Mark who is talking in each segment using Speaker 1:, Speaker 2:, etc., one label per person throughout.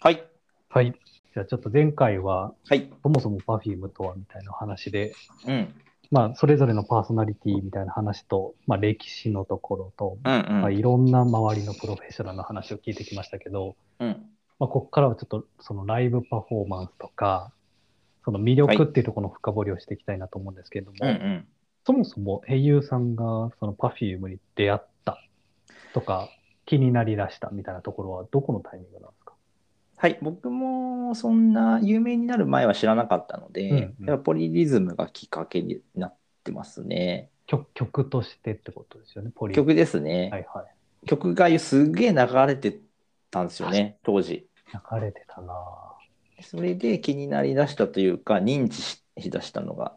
Speaker 1: はい。じゃあちょっと前回は、
Speaker 2: はい。
Speaker 1: そもそも Perfume とはみたいな話で、
Speaker 2: うん。
Speaker 1: まあ、それぞれのパーソナリティみたいな話と、まあ、歴史のところと、
Speaker 2: うんうん。
Speaker 1: まあ、いろんな周りのプロフェッショナルの話を聞いてきましたけど、
Speaker 2: うん。
Speaker 1: まあ、ここからはちょっとそのライブパフォーマンスとか、その魅力っていうところの深掘りをしていきたいなと思うんですけれども、
Speaker 2: うんうん。
Speaker 1: そもそも英雄さんがその Perfume に出会ったとか、気になりだしたみたいなところはどこのタイミングなんですか
Speaker 2: はい。僕もそんな有名になる前は知らなかったので、
Speaker 1: うんうん
Speaker 2: やっぱポリリズムがきっかけになってますね。
Speaker 1: 曲曲としてってことですよね、ポリ
Speaker 2: 曲ですね。
Speaker 1: はいはい。
Speaker 2: 曲がすげえ流れてたんですよね、当時。
Speaker 1: 流れてたなぁ
Speaker 2: それで気になりだしたというか、認知しだしたのが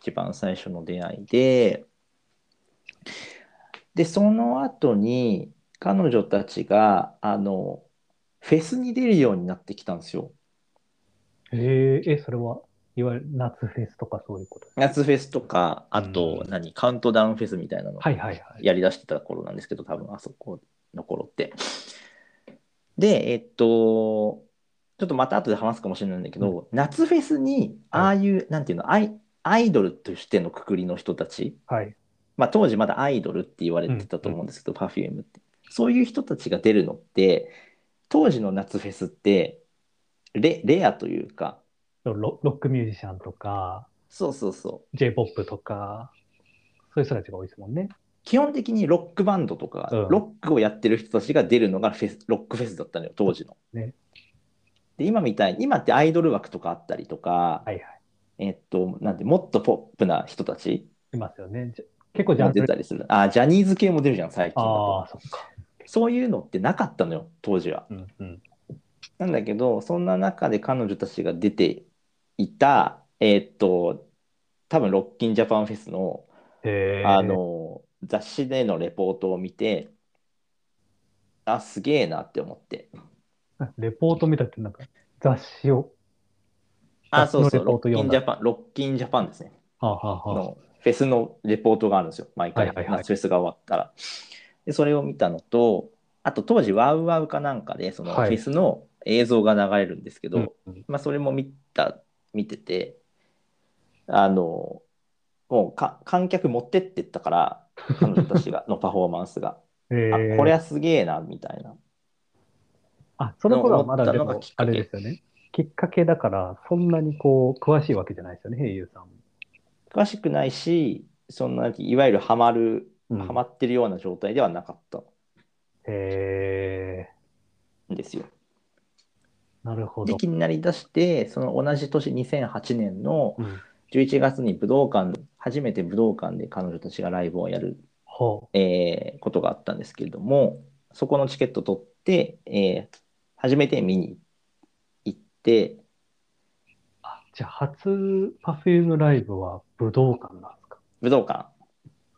Speaker 2: 一番最初の出会いで、で、その後に彼女たちが、あの、フェスに出るようになってきたんですよ。
Speaker 1: えーえ、それはいわゆる夏フェスとかそういうことですか
Speaker 2: 夏フェスとか、あと
Speaker 1: う
Speaker 2: 何、カウントダウンフェスみたいなの
Speaker 1: はいはいはい。
Speaker 2: やりだしてた頃なんですけど、多分あそこの頃って。で、えっと、ちょっとまた後で話すかもしれないんだけど、夏フェスに、ああいう、なんていうのアイ、アイドルとしてのくくりの人たち、
Speaker 1: はい。
Speaker 2: まあ、当時まだアイドルって言われてたと思うんですけど、Perfume って。そういう人たちが出るのって、当時の夏フェスってレ、レアというか、
Speaker 1: ロロックミュージシャンとか、
Speaker 2: そうそうそう、
Speaker 1: J-POP とか、そういう人たちが多いですもんね。
Speaker 2: 基本的にロックバンドとか、
Speaker 1: うん
Speaker 2: ロックをやってる人たちが出るのがフェスロックフェスだったのよ当時の。
Speaker 1: ね
Speaker 2: で今みたいに今ってアイドル枠とかあったりとか、
Speaker 1: はいはい。
Speaker 2: えっとなんてもっとポップな人たち
Speaker 1: いますよね。じゃ結構ジャ
Speaker 2: が
Speaker 1: ンル
Speaker 2: 出たりするあジャニーズ系も出るじゃん最近だ
Speaker 1: ああ、
Speaker 2: と
Speaker 1: そっか。
Speaker 2: そういうのってなかったのよ当時は。
Speaker 1: うんうん。
Speaker 2: なんだけどそんな中で彼女たちが出ていたえっと多分ロッキンジャパンフェスの
Speaker 1: えー、
Speaker 2: あの雑誌でのレポートを見てあすげえなって思って
Speaker 1: レポート見たってなんか雑誌を。
Speaker 2: あそう
Speaker 1: 雑誌
Speaker 2: そう
Speaker 1: のレ
Speaker 2: ロ
Speaker 1: ポート
Speaker 2: ッキ
Speaker 1: 読ん
Speaker 2: ン
Speaker 1: だ
Speaker 2: ジャパンロッキンジャパンですね
Speaker 1: はあ、はあはあ、
Speaker 2: のフェスのレポートがあるんですよ毎回、
Speaker 1: はいはいはい
Speaker 2: 夏フェスが終わったらでそれを見たのとあと当時ワウワウかなんかでそのフ
Speaker 1: はい
Speaker 2: ェスの映像が流れるんですけど、
Speaker 1: うんうん
Speaker 2: まあ、それも見た見ててあのもうか観客持ってってったから彼女たち がのパフォーマンスが、
Speaker 1: えー
Speaker 2: あこれはすげえなみたいな
Speaker 1: あ、その頃はまだで
Speaker 2: 思ったの
Speaker 1: も
Speaker 2: がきっ、
Speaker 1: あ
Speaker 2: かけ
Speaker 1: れですよね。きっかけだから、そんなにこう、詳しいわけじゃないですよね、英雄さんも。
Speaker 2: 詳しくないしそんないわゆるハマる
Speaker 1: うん
Speaker 2: ハマってるような状態ではなかった
Speaker 1: へ
Speaker 2: んですよ。
Speaker 1: ー、なるほ
Speaker 2: で
Speaker 1: ど。
Speaker 2: 気になりだしてその同じ年2008年の
Speaker 1: うん、
Speaker 2: 11月に武道館初めて武道館で彼女たちがライブをやる、
Speaker 1: ほ
Speaker 2: えーことがあったんですけれどもそこのチケット取って、えー初めて見に行って
Speaker 1: う。あ、じゃあ、初パフュームライブは武道館なんですか。
Speaker 2: 武道館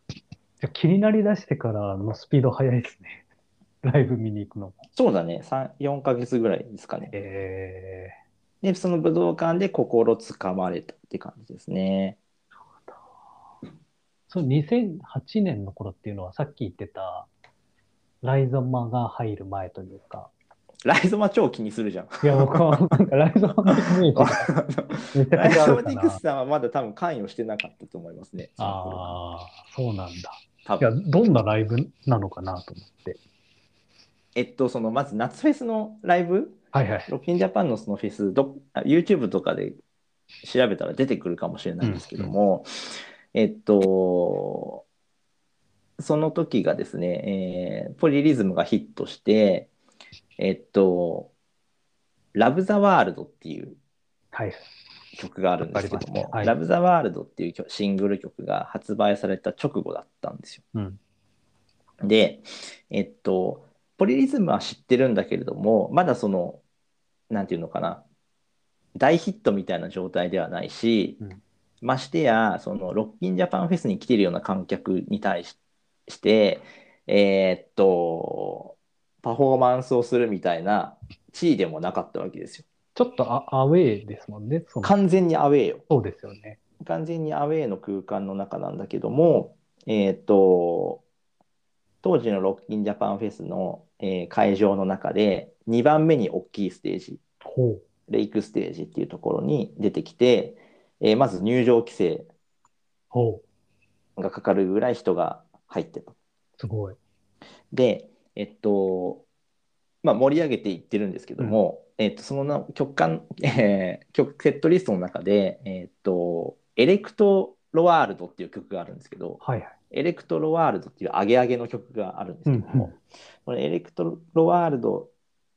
Speaker 1: じゃあ、気になりだしてからのスピード早いですね。 ライブ見に行くのも。
Speaker 2: そうだね34ヶ月ぐらいですかね
Speaker 1: え
Speaker 2: でその武道館で心つかまれたって感じですね
Speaker 1: ー、その2008年の頃っていうのは、さっき言ってた、ライゾマが入る前というか、
Speaker 2: ライゾマ超気にするじゃん
Speaker 1: いや、僕はなんかライゾマのイメージ めちゃ
Speaker 2: ラ
Speaker 1: く
Speaker 2: イ
Speaker 1: ちゃあ
Speaker 2: ゾ
Speaker 1: る
Speaker 2: マ
Speaker 1: か
Speaker 2: ディ
Speaker 1: な
Speaker 2: ク。スさんはまだ多分関与してなかったと思いますね。
Speaker 1: ああ、そうなんだ。
Speaker 2: 多
Speaker 1: いや、
Speaker 2: 分
Speaker 1: どんなライブなのかなと思って。
Speaker 2: えっと、そのまず夏フェスのライブ、
Speaker 1: はいはい。
Speaker 2: ロッキンジャパンのそのフェスど、あ YouTube とかで調べたら出てくるかもしれないんですけども、えっと、その時がですね、えーポリリズムがヒットして、えっと、ラブ・ザ・ワールドっていう
Speaker 1: はい。
Speaker 2: 曲があるんですけど
Speaker 1: わ
Speaker 2: も、
Speaker 1: かりますねはい
Speaker 2: ラブ・ザ・ワールドっていう曲シングル曲が発売された直後だったんですよ。
Speaker 1: うん。
Speaker 2: で、えっと、ポリリズムは知ってるんだけれども、まだその、なんていうのかな、大ヒットみたいな状態ではないし、
Speaker 1: うん
Speaker 2: ましてや、そのロッキンジャパンフェスに来てるような観客に対しして、えーっと、パフォーマンスをするみたいな地位でもなかったわけですよ。
Speaker 1: ちょっとアアウェーですもんね。その
Speaker 2: 完全にアウェーよ。
Speaker 1: そうですよね。
Speaker 2: 完全にアウェーの空間の中なんだけども、えー、と当時のロッキンジャパンフェスの、えー会場の中で2番目に大きいステージ
Speaker 1: ほう。
Speaker 2: レイクステージっていうところに出てきて、えーまず入場規制
Speaker 1: おう
Speaker 2: がかかるぐらい人が入ってた。
Speaker 1: すごい。
Speaker 2: で、えっと、まあ、盛り上げていってるんですけども、えっと、そのな曲間、 えー曲、セットリストの中で、えっと、エレクトロワールドっていう曲があるんですけど、
Speaker 1: はいはい。
Speaker 2: エレクトロワールドっていうアゲアゲの曲があるんですけども、
Speaker 1: うん
Speaker 2: このエレクトロワールド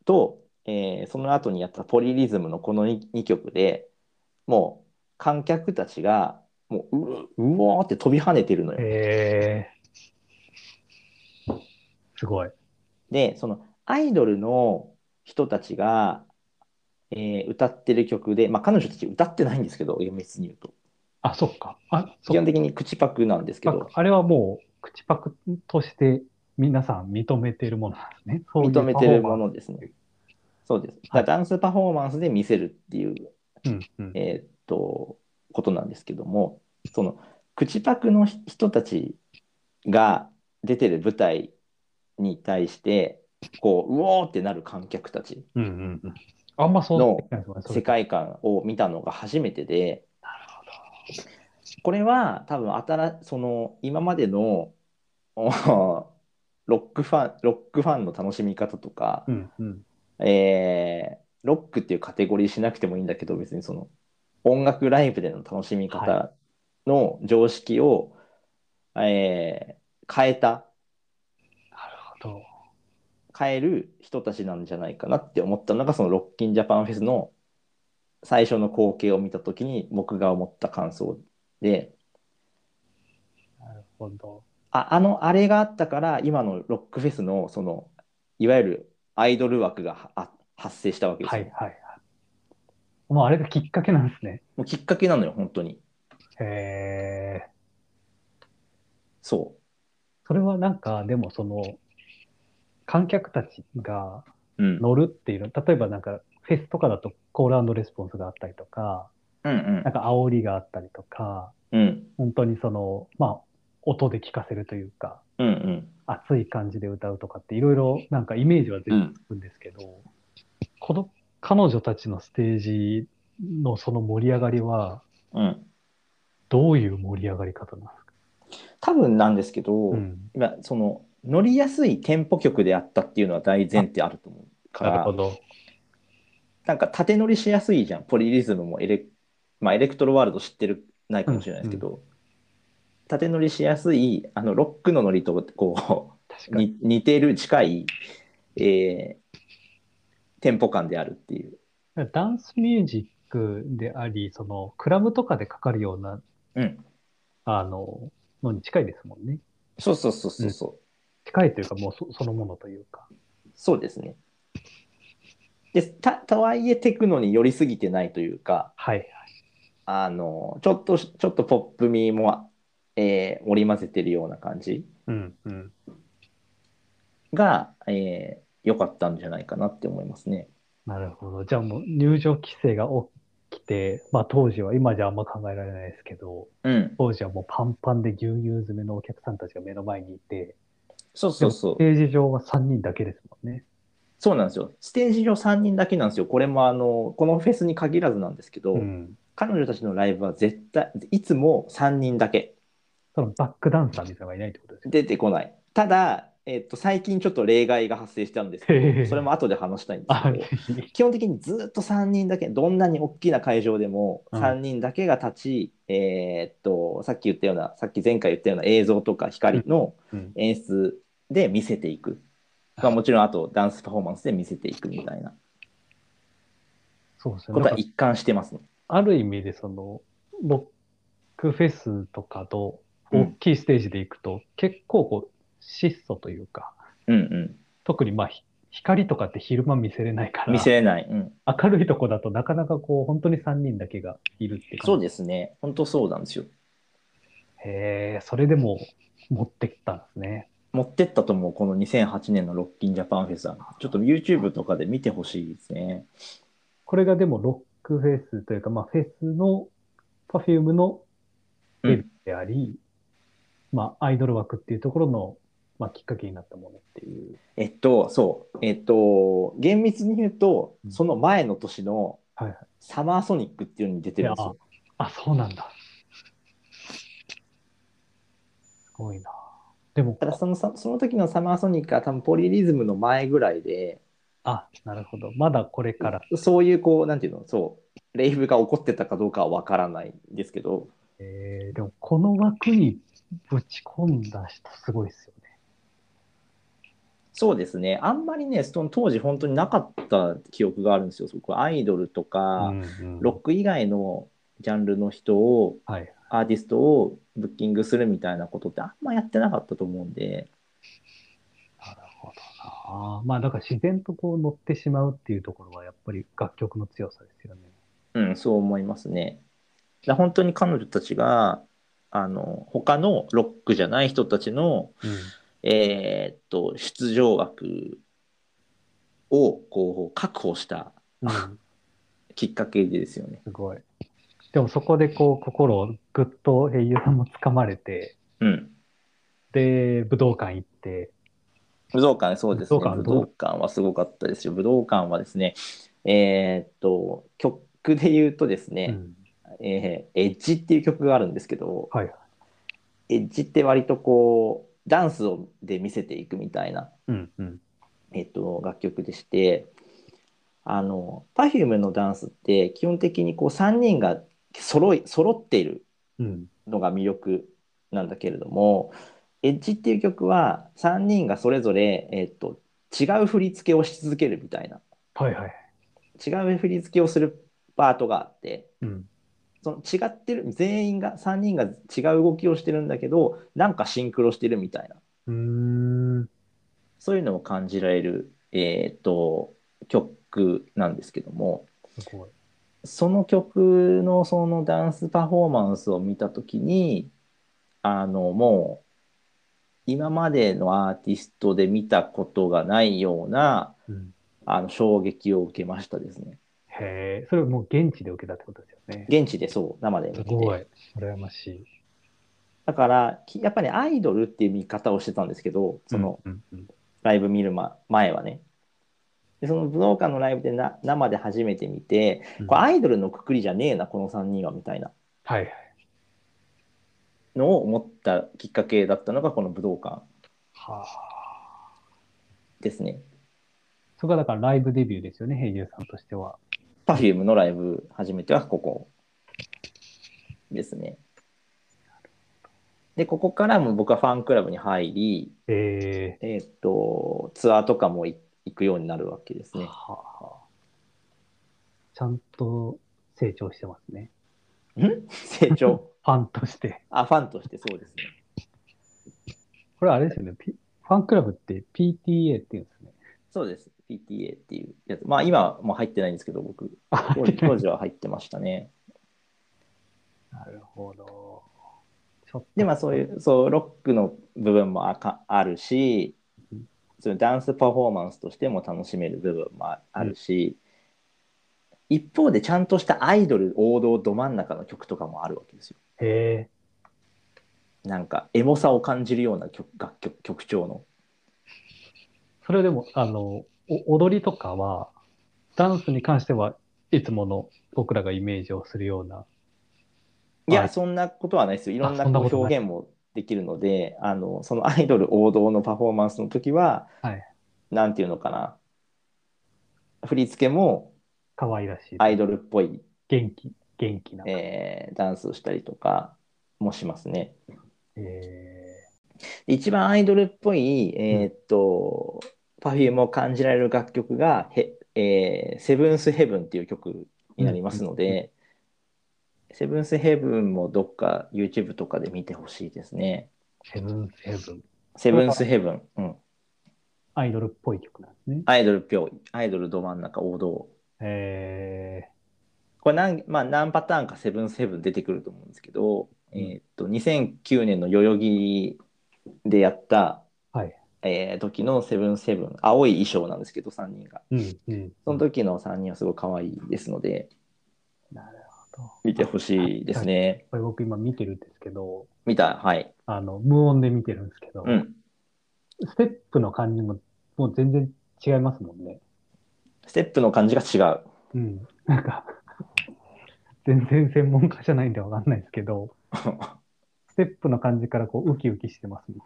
Speaker 2: と、えーその後にやったポリリズムのこの 2, 曲でもう観客たちがもうううわーって飛び跳ねてるのよ。
Speaker 1: えー、すごい。
Speaker 2: でそのアイドルの人たちが、えー歌ってる曲で、まあ、彼女たち歌ってないんですけど厳密に言うと
Speaker 1: あ、そっか。あ、そ
Speaker 2: 基
Speaker 1: っ
Speaker 2: 本的に口パクなんですけ
Speaker 1: か
Speaker 2: ど。
Speaker 1: あれはもう、口パクとして皆さん認めてるものなんですね。そういう
Speaker 2: 認めてるも
Speaker 1: の。
Speaker 2: のですね。そうです。だからダンスパフォーマンスで見せるっていう
Speaker 1: うんうん。
Speaker 2: えーっとことなんですけどもその口パクのひ人たちが出てる舞台に対してこううおーってなる観客たち
Speaker 1: うんうんうん。あんまそう
Speaker 2: の世
Speaker 1: 世
Speaker 2: 界観を見たのが初めてでこれは多分新その今までの おーロックファンロックファンの楽しみ方とか、
Speaker 1: うんうん。
Speaker 2: えーロックっていうカテゴリーしなくてもいいんだけど別にその音楽ライブでの楽しみ方の常識を、えー変えた
Speaker 1: なるほど。
Speaker 2: 変える人たちなんじゃないかなって思ったのがそのロッキンジャパンフェスの最初の光景を見た時に僕が思った感想で
Speaker 1: なるほど。
Speaker 2: ああのあれがあったから今のロックフェスのそのいわゆるアイドル枠がはあ発生したわけです
Speaker 1: は
Speaker 2: よ、
Speaker 1: いはいはい。もうあれがきっかけなんですね。
Speaker 2: もうきっかけなのよ本当に
Speaker 1: へえ。
Speaker 2: そう
Speaker 1: それはなんか、でもその、観客たちが
Speaker 2: うん、
Speaker 1: 乗るっていうの、例えばなんか、フェスとかだとコールレスポンスがあったりとか、
Speaker 2: うんうん
Speaker 1: なんか煽りがあったりとか、
Speaker 2: うん
Speaker 1: 本当にその、まあ、音で聞かせるというか、
Speaker 2: うんうん
Speaker 1: 熱い感じで歌うとかっていろいろなんかイメージは全然つくんですけど、この彼女たちのステージのその盛り上がりは、
Speaker 2: うん
Speaker 1: どういう盛り上がり方なんですか、
Speaker 2: 多分なんですけど、
Speaker 1: うん、
Speaker 2: 今その乗りやすいテンポ曲であったっていうのは大前提あると思うか
Speaker 1: なる
Speaker 2: ら
Speaker 1: ほど。
Speaker 2: なんか縦乗りしやすいじゃんポリリズムもエレ,、まあ、エレクトロワールド知ってるないかもしれないですけど、縦乗りしやすいあのロックの乗りとこ
Speaker 1: 確
Speaker 2: う
Speaker 1: かに。
Speaker 2: に似てる近い、えーテンポ感であるっていう、
Speaker 1: ダンスミュージックであり、その、クラブとかでかかるような、
Speaker 2: うん、
Speaker 1: あの、のに近いですもんね。
Speaker 2: そうそうそうそうそう、
Speaker 1: 近いというか、もうそそのものというか。
Speaker 2: そうですねでたとはいえテクノに寄りすぎてないというか、
Speaker 1: はい。
Speaker 2: あの、ちょっと、ちょっとポップ味も、えー織り交ぜてるような感じ
Speaker 1: うん、うん。
Speaker 2: が、えー良かったんじゃないかなって思いますね。
Speaker 1: なるほど。じゃあもう入場規制が起きて、まあ当時は、今じゃあんま考えられないですけど、
Speaker 2: うん。
Speaker 1: 当時はもうパンパンでぎゅうぎゅう詰めのお客さんたちが目の前にいて、
Speaker 2: そうそうそ
Speaker 1: ス
Speaker 2: う。
Speaker 1: テージ上は3人だけですもんね。
Speaker 2: そうなんですよ。ステージ上3人だけなんですよ。これもあの、このフェスに限らずなんですけど、
Speaker 1: うん。
Speaker 2: 彼女たちのライブは絶対、いつも3人だけ
Speaker 1: そのバックダンサーみたいなのがいないってことですね。
Speaker 2: 出てこない。ただ、えっと、最近ちょっと例外が発生したんですけ
Speaker 1: へ
Speaker 2: ど、
Speaker 1: ー
Speaker 2: それも後で話したいんです
Speaker 1: あ、
Speaker 2: けど
Speaker 1: ぜ。ひ。
Speaker 2: 基本的にずっと3人だけどんなに大きな会場でも
Speaker 1: うん
Speaker 2: 3人だけが立ち、えーっとさっき言ったようなさっき前回言ったような映像とか光の
Speaker 1: うん
Speaker 2: 演出で見せていく、まあ、もちろんあとダンスパフォーマンスで見せていくみたいな
Speaker 1: そうです
Speaker 2: こ
Speaker 1: ね。
Speaker 2: と
Speaker 1: な
Speaker 2: は
Speaker 1: んか
Speaker 2: 一貫してますね。
Speaker 1: ある意味でその、ロックフェスとかと大きいステージで行くと、結構こう、質素というか、
Speaker 2: うんうん
Speaker 1: 特にまあ、ひ光とかって昼間見せれないから、
Speaker 2: 見せれない、うん、
Speaker 1: 明るいとこだとなかなかこう、本当に3人だけがいるって感じ。
Speaker 2: そうですね本当そうなんですよ
Speaker 1: へえ、それでも持ってきたんですね。
Speaker 2: 持ってったと思うこの2008年のロッキンジャパンフェスはちょっと YouTube とかで見てほしいですね
Speaker 1: これがでもロックフェスというか、まあ、フェスの、パフュームのデビューであり、まあ、アイドル枠っていうところの、まあ、きっかけになったものっていう。
Speaker 2: えっと、そう、えっと、厳密に言うと
Speaker 1: う、ん
Speaker 2: その前の年の、
Speaker 1: はいはい
Speaker 2: サマーソニックっていうのに出てるんですよ。
Speaker 1: あ、そうなんだ。すごいな。でも、
Speaker 2: ただそのさその時のサマーソニックは多分ポリリズムの前ぐらいで、
Speaker 1: あ、なるほど。まだこれから。
Speaker 2: そういうこう、なんていうの、そう、レイブが起こってたかどうかはわからないんですけど、
Speaker 1: えー、でも、この枠にぶち込んだ人、すごいですよね。
Speaker 2: そうですね、あんまりね、その当時本当になかった記憶があるんですよ。僕アイドルとか、
Speaker 1: うんうん
Speaker 2: ロック以外のジャンルの人を、
Speaker 1: はい。
Speaker 2: アーティストをブッキングするみたいなことってあんまやってなかったと思うんで、
Speaker 1: なるほどな。まあ、だから自然とこう乗ってしまうっていうところは、やっぱり楽曲の強さですよね。
Speaker 2: うん、そう思いますね。だから本当に彼女たちが、あの、他のロックじゃない人たちの、えーっと、出場枠をこう確保した
Speaker 1: うん。うん、
Speaker 2: きっかけですよね。
Speaker 1: すごい。でも、そこでこう、心をぐっと、英雄さんも掴まれて、
Speaker 2: うん。
Speaker 1: で、武道館行って、
Speaker 2: 武道館、そうですね。
Speaker 1: 武道館
Speaker 2: 武道館はすごかったですよ。武道館はですね、えーっと、曲で言うとです
Speaker 1: う
Speaker 2: ね、
Speaker 1: ん。
Speaker 2: えーエッジっていう曲があるんですけど、
Speaker 1: はい。
Speaker 2: エッジって割とこう、ダンスをで見せていくみたいな、
Speaker 1: うん。うん。
Speaker 2: えっと、楽曲でして、あの、Perfume のダンスって基本的にこう3人が揃い、揃っている
Speaker 1: うん。
Speaker 2: のが魅力なんだけれども「エッジ」っていう曲は3人がそれぞれ、えっと違う振り付けをし続けるみたいな
Speaker 1: はいはい。
Speaker 2: 違う振り付けをするパートがあって
Speaker 1: うん。
Speaker 2: その違ってる全員が3人が違う動きをしてるんだけどなんかシンクロしてるみたいな
Speaker 1: うーん。
Speaker 2: そういうのを感じられる、えっと曲なんですけども
Speaker 1: すごい。
Speaker 2: その曲のそのダンスパフォーマンスを見た時にあのもう今までのアーティストで見たことがないような
Speaker 1: うん、
Speaker 2: あの衝撃を受けましたですね
Speaker 1: へえ、それもう現地で受けたってことですよね。
Speaker 2: 現地でそう生です見
Speaker 1: ご
Speaker 2: て
Speaker 1: い。羨ましい。
Speaker 2: だからきやっぱりアイドルっていう見方をしてたんですけどその
Speaker 1: うんうん
Speaker 2: ライブ見るま前はねでその武道館のライブでな生で初めて見て
Speaker 1: うん
Speaker 2: これアイドルのくくりじゃねえなこの3人はみたいな
Speaker 1: はいはい。
Speaker 2: のを思ったきっかけだったのがこの武道館
Speaker 1: はあ。
Speaker 2: ですね。
Speaker 1: そこはだからライブデビューですよね、ヘイリューさんとしては。
Speaker 2: Perfume のライブ初めてはここですね。で、ここからも僕はファンクラブに入り、
Speaker 1: え
Speaker 2: えーっと、ツアーとかもい行くようになるわけです
Speaker 1: え
Speaker 2: ね。
Speaker 1: はあはあ。ちゃんと成長してますね。
Speaker 2: ん成 長。
Speaker 1: ファンとして。
Speaker 2: あ、ファンとしてそうですね。
Speaker 1: これあれですよね、ピファンクラブって PTA っていうんですね。
Speaker 2: そうです。PTA っていうやつ。まあ今はもう入ってないんですけど、僕、
Speaker 1: あ
Speaker 2: 当時当時は入ってましたね。
Speaker 1: なるほど。ちょっと
Speaker 2: で、まあそういう、そう、ロックの部分もあかあるし
Speaker 1: うん、
Speaker 2: そういうダンスパフォーマンスとしても楽しめる部分もああるし、一方でちゃんとしたアイドル王道ど真ん中の曲とかもあるわけですよ。
Speaker 1: へえ、
Speaker 2: なんか、エモさを感じるような曲楽曲曲調の。
Speaker 1: それでも、あの、お踊りとかは、ダンスに関してはいつもの僕らがイメージをするような。
Speaker 2: いや、
Speaker 1: はい
Speaker 2: そんなことはないですよ。いろんな
Speaker 1: あそんな
Speaker 2: こ
Speaker 1: こ
Speaker 2: う
Speaker 1: とな
Speaker 2: 表
Speaker 1: い
Speaker 2: 現もできるので、あの、そのアイドル王道のパフォーマンスの時は、
Speaker 1: はい
Speaker 2: なんていうのかな。振り付けも
Speaker 1: 可愛らしい。
Speaker 2: アイドルっぽい
Speaker 1: 元気、元気な。え
Speaker 2: えーダンスをしたりとかもしますね。
Speaker 1: え
Speaker 2: 一番アイドルっぽい、えーっと、パフュームを感じられる楽曲が、へえーセブンスヘブンっていう曲になりますので、セブンスヘブンもどっか YouTube とかで見てほしいですね。
Speaker 1: セブンセブン。
Speaker 2: セブンスヘブン、うん、
Speaker 1: アイドルっぽい曲なんですね。
Speaker 2: アイドルぴょい、アイドルど真ん中王道。
Speaker 1: ええ
Speaker 2: これ何,、まあ、何パターンかセブンセブン出てくると思うんですけど、
Speaker 1: うん
Speaker 2: えーっと2009年の代々木でやった、
Speaker 1: はい
Speaker 2: えー時のセブンセブン青い衣装なんですけど3人が
Speaker 1: うん、うん。
Speaker 2: その時の3人はすごい可愛いですので
Speaker 1: なるほど。
Speaker 2: 見てほしいですね、
Speaker 1: これ僕今見てるんですけど、
Speaker 2: 見たはい
Speaker 1: あの、無音で見てるんですけど、
Speaker 2: うん
Speaker 1: ステップの感じももう全然違いますもんね。
Speaker 2: ステップの感じが違う
Speaker 1: うん。なんか、全然専門家じゃないんでわかんないですけど、ステップの感じからこう、ウキウキしてますね。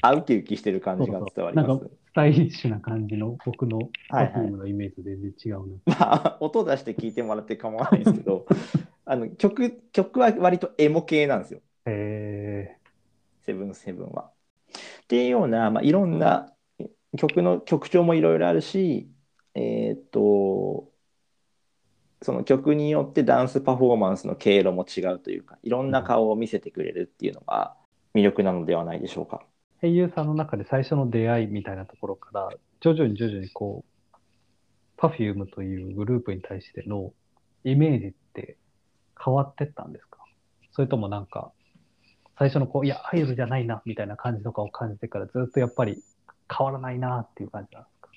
Speaker 2: あ、ウキウキしてる感じが伝わります。
Speaker 1: そうそうなんスタイリッシュな感じの僕の
Speaker 2: はいは
Speaker 1: Perfume
Speaker 2: い
Speaker 1: のイメージと全然違うな。
Speaker 2: まあ、音出して聞いてもらって構わないんですけど、あの曲曲は割とエモ系なんですよ、
Speaker 1: へ
Speaker 2: セブンセブンは。っていうような、まあ、いろんな曲の曲調もいろいろあるし、えーっと、その曲によってダンスパフォーマンスの経路も違うというか、いろんな顔を見せてくれるっていうのが魅力なのではないでしょうか。
Speaker 1: え。俳優さんの中で最初の出会いみたいなところから、徐々に徐々にこう、Perfume というグループに対してのイメージって変わってったんですかそれともなんか、最初のこう、いや、アイドルじゃないな、みたいな感じとかを感じてからずっとやっぱり変わらないなっていう感じなんですか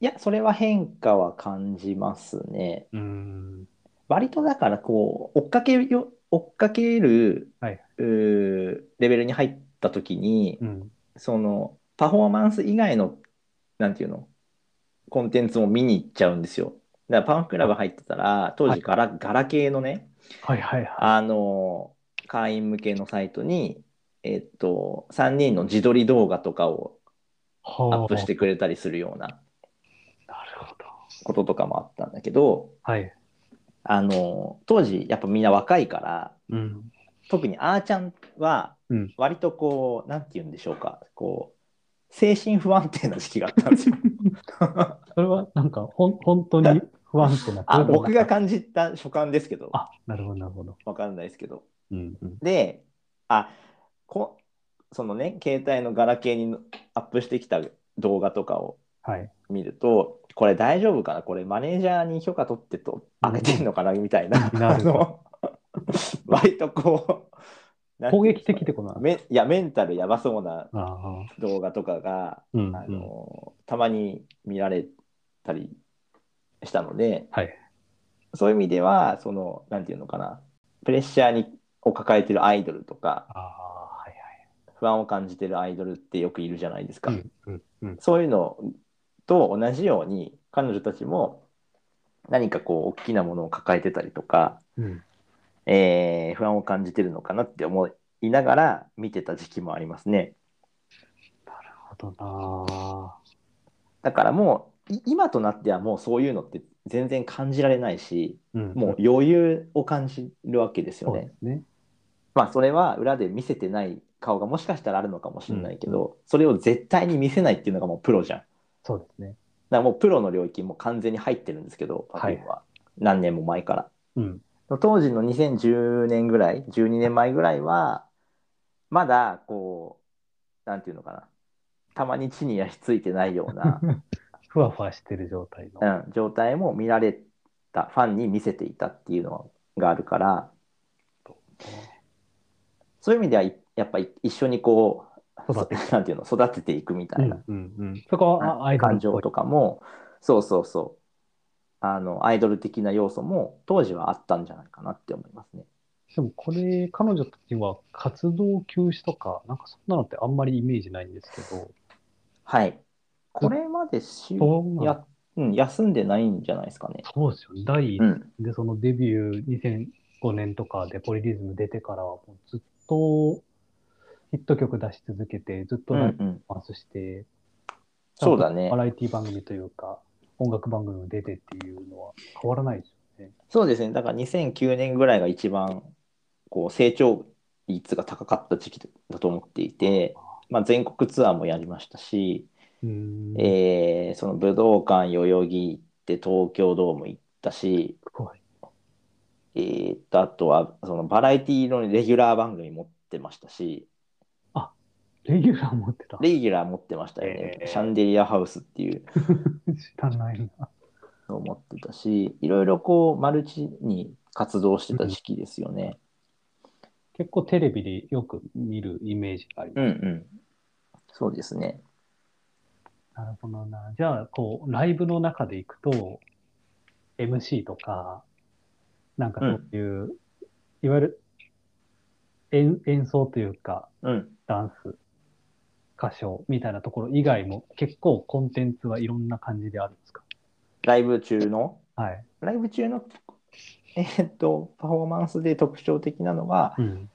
Speaker 2: いや、それは変化は感じますね。
Speaker 1: うーん。
Speaker 2: 割とだからこう追っかけよ追っかける、
Speaker 1: はいう
Speaker 2: ーレベルに入った時に、
Speaker 1: うん。
Speaker 2: そのパフォーマンス以外のなんていうのコンテンツも見に行っちゃうんですよ。だからパンクラブ入ってたら当
Speaker 1: はい
Speaker 2: 時ガラ,、ガラ系のね
Speaker 1: はいはいはい。
Speaker 2: あの会員向けのサイトに、えっと、3人の自撮り動画とかを
Speaker 1: ア
Speaker 2: アップしてくれたりするような
Speaker 1: なるほど。
Speaker 2: こととかもあったんだけど
Speaker 1: はい。
Speaker 2: あの当時やっぱみんな若いから
Speaker 1: うん。
Speaker 2: 特にあーちゃんは
Speaker 1: うん
Speaker 2: 割とこう、なんて言うんでしょうかこう精神不安定な時期があったんですよ。
Speaker 1: それはなんか、ほん、本当に不安定な。
Speaker 2: あ僕が感じた所感ですけど
Speaker 1: あ、なるほど、なるほど。
Speaker 2: わかんないですけど。
Speaker 1: うん、うん。
Speaker 2: であこそのね携帯のガラケーにアップしてきた動画とかを
Speaker 1: はい。
Speaker 2: 見るとこれ大丈夫かなこれマネージャーに許可取ってと上げてんのかなみたいな
Speaker 1: な
Speaker 2: あ
Speaker 1: るほ
Speaker 2: の 割とこうなん てい
Speaker 1: 攻
Speaker 2: うんで
Speaker 1: 撃
Speaker 2: すかね
Speaker 1: 的ってことなんで
Speaker 2: めいやメンタルやばそうな
Speaker 1: すかああ。
Speaker 2: 動画とかが、
Speaker 1: うん、
Speaker 2: あ
Speaker 1: うん。
Speaker 2: のたまに見られたりしたので
Speaker 1: はい。
Speaker 2: そういう意味ではそのなんていうのかなプレッシャーにを抱えてるアイドルとか
Speaker 1: ああ、はい
Speaker 2: 不安を感じてるアイドルってよくいるじゃないですか、
Speaker 1: はい。うん、うん、うん。
Speaker 2: そういうのと同じように彼女たちも何かこう大きなものを抱えてたりとか、
Speaker 1: うん、
Speaker 2: えー不安を感じてるのかなって思いながら見てた時期もありますね。
Speaker 1: なるほどな
Speaker 2: だからもうい今となってはもうそういうのって全然感じられないし
Speaker 1: ーうん。
Speaker 2: もう余裕を感じるわけですよ
Speaker 1: そうで
Speaker 2: ね。
Speaker 1: すね。
Speaker 2: まあそれは裏で見せてない顔がもしかしたらあるのかもしれないけど、それを絶対に見せないっていうのがもうプロじゃん。だか
Speaker 1: そうですね。
Speaker 2: らもうプロの領域も完全に入ってるんですけど、
Speaker 1: はい
Speaker 2: Perfume は何年も前から。
Speaker 1: うん。
Speaker 2: 当時の2010年ぐらい12年前ぐらいはまだこうなんていうのかなたまに地に足ついてないような。
Speaker 1: ふわふわしてる状態の。
Speaker 2: うん、状態も見られたファンに見せていたっていうのがあるからそういう意味ではいやっぱり一緒にこう
Speaker 1: 育て
Speaker 2: そ なんていうの育てていくみた
Speaker 1: う
Speaker 2: い
Speaker 1: ん
Speaker 2: な、、
Speaker 1: うん、うん。そこは、あアイドル
Speaker 2: 感
Speaker 1: っぽ
Speaker 2: 情
Speaker 1: い
Speaker 2: とかもそうそうそうあのアイドル的な要素も当時はあったんじゃないかなって思いますね。
Speaker 1: でもこれ、彼女たちは活動休止とか、なんかそんなのってあんまりイメージないんですけど、
Speaker 2: はいこれまでし
Speaker 1: そうなん
Speaker 2: や、うん、休んでないんじゃないですかね。
Speaker 1: そうですよね。第一
Speaker 2: うん、
Speaker 1: で、そのデビュー2005年とかでポリリズム出てからはもうずっとヒット曲出し続けて、ずっと
Speaker 2: うん
Speaker 1: ラ
Speaker 2: う
Speaker 1: イブ
Speaker 2: ん、
Speaker 1: パフォーマンスして、
Speaker 2: そうだね
Speaker 1: バラエティ番組というか、音楽番組も出てっていうのは変わらないですよね。
Speaker 2: そうですね、だから2009年ぐらいが一番こう成長率が高かった時期だと思っていて、まあ、全国ツアーもやりましたし、
Speaker 1: うーん。
Speaker 2: えーその武道館、代々木行って、東京ドーム行ったし、
Speaker 1: 怖い。
Speaker 2: えーっとあとはそのバラエティのレギュラー番組持ってましたし、
Speaker 1: レギュラー持ってた。
Speaker 2: レギュラー持ってましたよね、
Speaker 1: えー
Speaker 2: シャンデリアハウスっていう
Speaker 1: 知 らないな。
Speaker 2: のを持ってたし、いろいろこうマルチに活動してた時期ですよね。
Speaker 1: 結構テレビでよく見るイメージがあります。
Speaker 2: うんうん、そうですね。
Speaker 1: なるほどな。じゃあ、こう、ライブの中で行くと、MC とか、なんかそういう、いわゆる演演奏というか、
Speaker 2: うん
Speaker 1: ダンス、歌唱みたいなところ以外も結構コンテンツはいろんな感じであるんですか
Speaker 2: ライブ中の、
Speaker 1: はい。
Speaker 2: ライブ中の、えーっと、パフォーマンスで特徴的なのが、
Speaker 1: うん。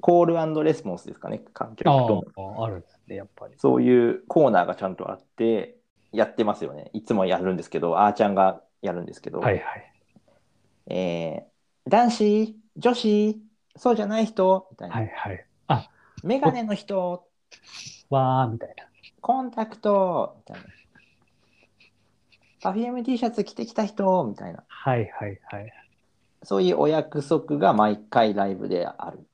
Speaker 2: コールレスポンスですかね、観客
Speaker 1: あ
Speaker 2: との。
Speaker 1: あ、あるんですね、やっぱり。
Speaker 2: そういうコーナーがちゃんとあって、やってますよね。いつもやるんですけど、あーちゃんがやるんですけど、
Speaker 1: はいはい。
Speaker 2: えー男子、女子、そうじゃない人、みたいな、
Speaker 1: はいはい。
Speaker 2: メガネの人、
Speaker 1: わー、みたいな。
Speaker 2: コンタクト、みたいな。パフューム T シャツ着てきた人、みたいな。
Speaker 1: はいはいはい。
Speaker 2: そういうお約束が毎回ライブである。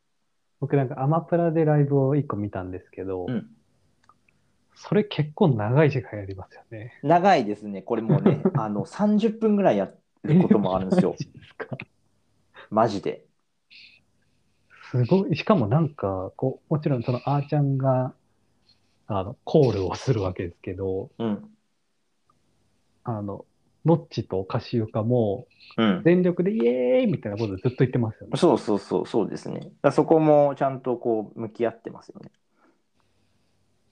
Speaker 1: 僕なんかアマプラでライブを一個見たんですけど、
Speaker 2: うん
Speaker 1: それ結構長い時間やりますよね。。
Speaker 2: 長いですね。これもうね、あの、30分ぐらいやることもあるんですよ
Speaker 1: すか
Speaker 2: マジで。
Speaker 1: すごい。しかもなんか、こう、もちろんそのあーちゃんが、あの、コールをするわけですけど、
Speaker 2: うん。
Speaker 1: あの、ノッチとカシウカも
Speaker 2: うん。
Speaker 1: 全力でイエーイみたいなことずっと言ってますよね。
Speaker 2: そうそうそう、そうですね。だからそこもちゃんとこう、向き合ってますよね。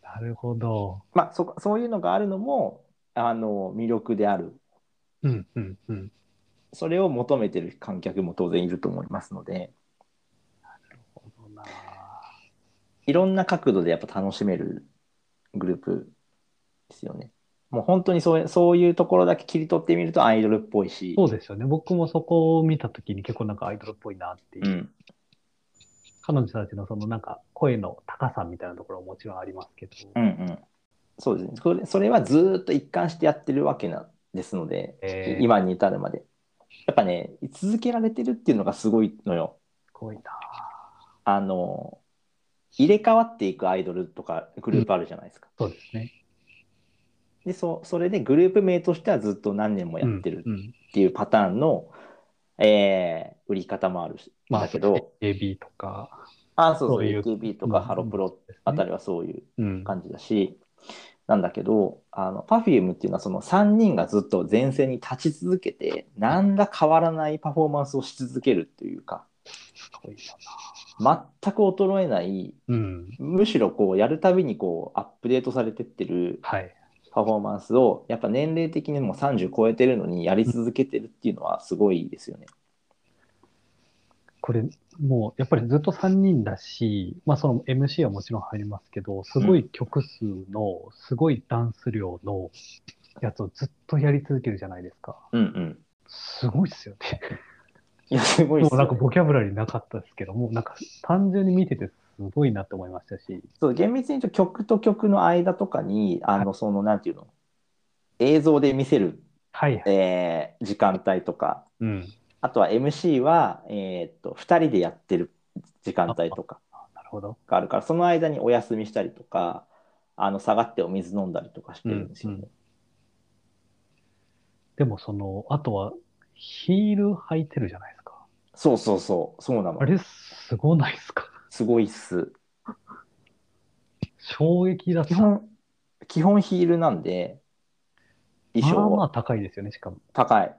Speaker 1: なるほど。
Speaker 2: まあ、そ、そういうのがあるのも、あの、魅力である。
Speaker 1: うんうんうん。
Speaker 2: それを求めてる観客も当然いると思いますので、
Speaker 1: なるほどない
Speaker 2: ろんな角度でやっぱ楽しめるグループですよね。もう本当にそうそういうところだけ切り取ってみるとアイドルっぽいし、
Speaker 1: そうですよね。僕もそこを見たときに結構なんかアイドルっぽいなっていう。
Speaker 2: うん、
Speaker 1: 彼女たちのそのなんか声の高さみたいなところももちろんありますけど、
Speaker 2: うんうんそうですねそれそれはずーっと一貫してやってるわけなんですので、
Speaker 1: えー
Speaker 2: 今に至るまでやっぱね続けられてるっていうのがすごいのよ
Speaker 1: すごいな。
Speaker 2: あの入れ替わっていくアイドルとかグループあるじゃないですか、
Speaker 1: そうですね。
Speaker 2: でそそれでグループ名としてはずっと何年もやってる
Speaker 1: うんうん
Speaker 2: っていうパターンの、えー売り方もあるし、
Speaker 1: まあ、
Speaker 2: だけど、
Speaker 1: AB とか、
Speaker 2: あそうそう
Speaker 1: そういう
Speaker 2: AKB と
Speaker 1: う
Speaker 2: か
Speaker 1: ん
Speaker 2: ハロプロあたりはそういう
Speaker 1: うん
Speaker 2: 感じだし、なんだけどあの Perfume っていうのはその3人がずっと前線に立ち続けて何ら変わらないパフォーマンスをし続けるというか
Speaker 1: すごい
Speaker 2: 全く衰えない
Speaker 1: な。うん。
Speaker 2: むしろこうやるたびにこうアップデートされてってる
Speaker 1: はい。
Speaker 2: パフォーマンスをやっぱ年齢的にもう30超えてるのにやり続けてるっていうのはすごいですよね。
Speaker 1: これ、もう、やっぱりずっと3人だし、まあ、その MC はもちろん入りますけど、すごい曲数の、すごいダンス量のやつをずっとやり続けるじゃないですか。
Speaker 2: うんうん。
Speaker 1: すごいっすよね。
Speaker 2: いやすごいっ
Speaker 1: も
Speaker 2: す
Speaker 1: う
Speaker 2: よ
Speaker 1: な
Speaker 2: ね
Speaker 1: んかボキャブラリーなかったですけども、なんか単純に見ててすごいなと思いましたし、
Speaker 2: そう厳密に言うと曲と曲の間とかにあのそのなんていうの映像で見せる、
Speaker 1: はい。
Speaker 2: えー時間帯とか
Speaker 1: うん。
Speaker 2: あとは MC は、えーっと2人でやってる時間帯とか
Speaker 1: なるほど。
Speaker 2: があるからその間にお休みしたりとかあの下がってお水飲んだりとかしてるんですよね。
Speaker 1: でもその、あとは、ヒール履いてるじゃないですか。
Speaker 2: そうそうそうそうなの
Speaker 1: あれ、すごないですか。
Speaker 2: すごいっす。
Speaker 1: 衝撃だっ
Speaker 2: 基
Speaker 1: た。ま
Speaker 2: 本基本ヒールなんで衣
Speaker 1: あ
Speaker 2: 装
Speaker 1: まあ
Speaker 2: は
Speaker 1: 高いですよね、しかも。
Speaker 2: 高い。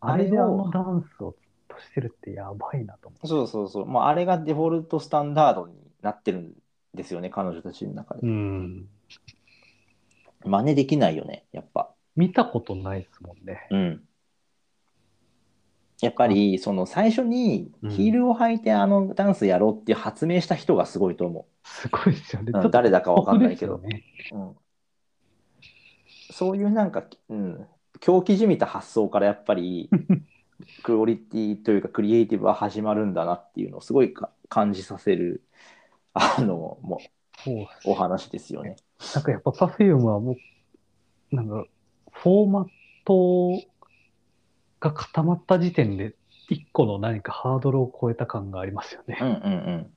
Speaker 1: あ
Speaker 2: あ
Speaker 1: れ
Speaker 2: れ
Speaker 1: であ
Speaker 2: を
Speaker 1: のダンスをずっとしてるってやばいなと思
Speaker 2: そうそうそう。もうあれがデフォルトスタンダードになってるんですよね、彼女たちの中
Speaker 1: う。
Speaker 2: で。
Speaker 1: うん。
Speaker 2: 真似できないよね、やっぱ。
Speaker 1: 見たことないですもんね。
Speaker 2: うん。やっぱり、その最初に
Speaker 1: うん
Speaker 2: ヒールを履いてあのダンスやろうっていう発明した人がすごいと思
Speaker 1: すごいですよね。
Speaker 2: う。うん誰だかわかんない
Speaker 1: 酷です
Speaker 2: け
Speaker 1: よ
Speaker 2: ど。
Speaker 1: ね。
Speaker 2: うん、そういうなんか、うん、狂気じみた発想からやっぱ りクオリティというかクリエイティブは始まるんだなっていうのをすごいか感じさせるあのも
Speaker 1: そう
Speaker 2: うお話ですよね。
Speaker 1: なんかやっぱ Perfume はもう、なんか、フォーマットが固まった時点で、一個の何かハードルを超えた感がありますよね。
Speaker 2: うんうんうん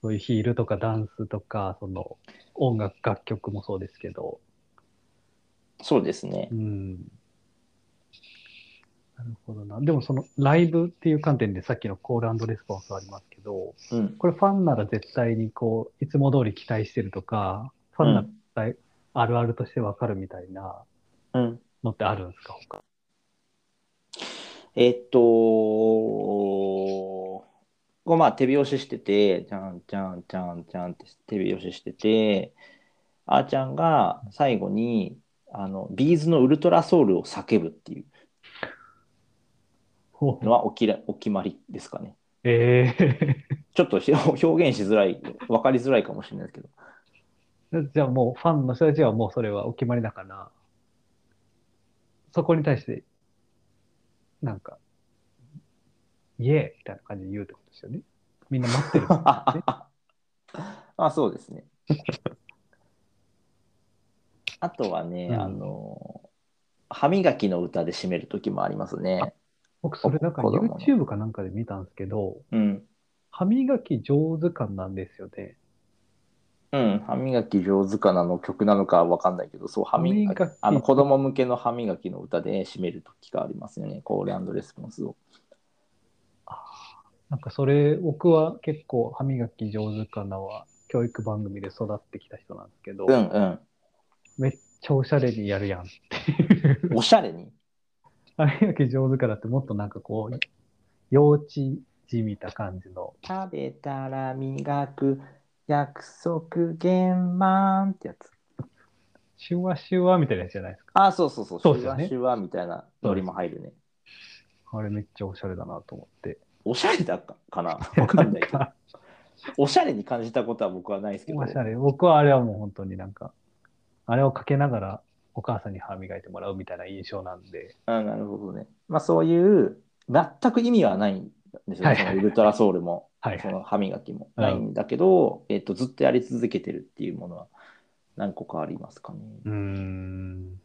Speaker 1: そういうヒールとかダンスとか、その音楽、楽曲もそうですけど。
Speaker 2: そうですね
Speaker 1: う。ん。なるほどな。でもそのライブっていう観点でさっきのコールレスポンスはありますけど、
Speaker 2: うん。
Speaker 1: これファンなら絶対にこう、いつも通り期待してるとか、ファンなら絶対あるあるとしてわかるみたいな
Speaker 2: うん、
Speaker 1: のってあるんですか、他。
Speaker 2: えっと、こうまあ手拍子してて、じゃんじゃんじゃんじゃんって手拍子してて、あーちゃんが最後に、あの、ビーズのウルトラソウルを叫ぶっていう
Speaker 1: ほう
Speaker 2: のはおきらお決まりですかね。
Speaker 1: え
Speaker 2: ちょっとひ表現し づらい、分かりづらいかもしれないですけど。
Speaker 1: えじゃあもうファンの人たちはもうそれはお決まりだから、そこに対して、なんか、イエーイみたいな感じで言うってことですよね。みんな待って る。
Speaker 2: あそうですね。あとはね、
Speaker 1: うん
Speaker 2: あの、歯磨きの歌で締める時もありますね。
Speaker 1: 僕それなんか
Speaker 2: 子供の
Speaker 1: YouTube かなんかで見たんですけど、
Speaker 2: うん。
Speaker 1: 歯磨き上手感なんですよね。
Speaker 2: うん、歯磨き上手かなの曲なのかわかんないけど、そう、歯磨き
Speaker 1: 歯磨き
Speaker 2: あの子供向けの歯磨きの歌で締める時がありますよね、コールレスポンスを。
Speaker 1: なんかそれ、僕は結構歯磨き上手かなは教育番組で育ってきた人なんですけど、
Speaker 2: うんうん。
Speaker 1: めっちゃおしゃれにやるやん。
Speaker 2: おしゃれに。
Speaker 1: 歯磨き上手からってもっとなんかこう、幼稚じみた感じの。
Speaker 2: 食べたら磨く約束現満ってやつ。
Speaker 1: シュワシュワみたいなやつじゃないですか。
Speaker 2: あ、そうそうそう、
Speaker 1: そう
Speaker 2: シ
Speaker 1: です
Speaker 2: ュ
Speaker 1: よ
Speaker 2: ワ
Speaker 1: ね
Speaker 2: シュワみたいなノリも入るね。
Speaker 1: あれめっちゃおしゃれだなと思って。
Speaker 2: おしゃれだったかなわかんないけど
Speaker 1: な。か
Speaker 2: おしゃれに感じたことは僕はないですけど
Speaker 1: お。しゃれ。僕はあれはもう本当になんか、あれをかけながらお母さんに歯磨いてもらうみたいな印象なんで。
Speaker 2: あなるほどね。まあそういう、全く意味はないんですよ
Speaker 1: はい
Speaker 2: ね。そのウルトラソウルも、
Speaker 1: はい
Speaker 2: そ
Speaker 1: はい。
Speaker 2: の歯磨きも
Speaker 1: うん
Speaker 2: ないんだけど、えっと、ずっとやり続けてるっていうものは何個かありますかね。
Speaker 1: うーん。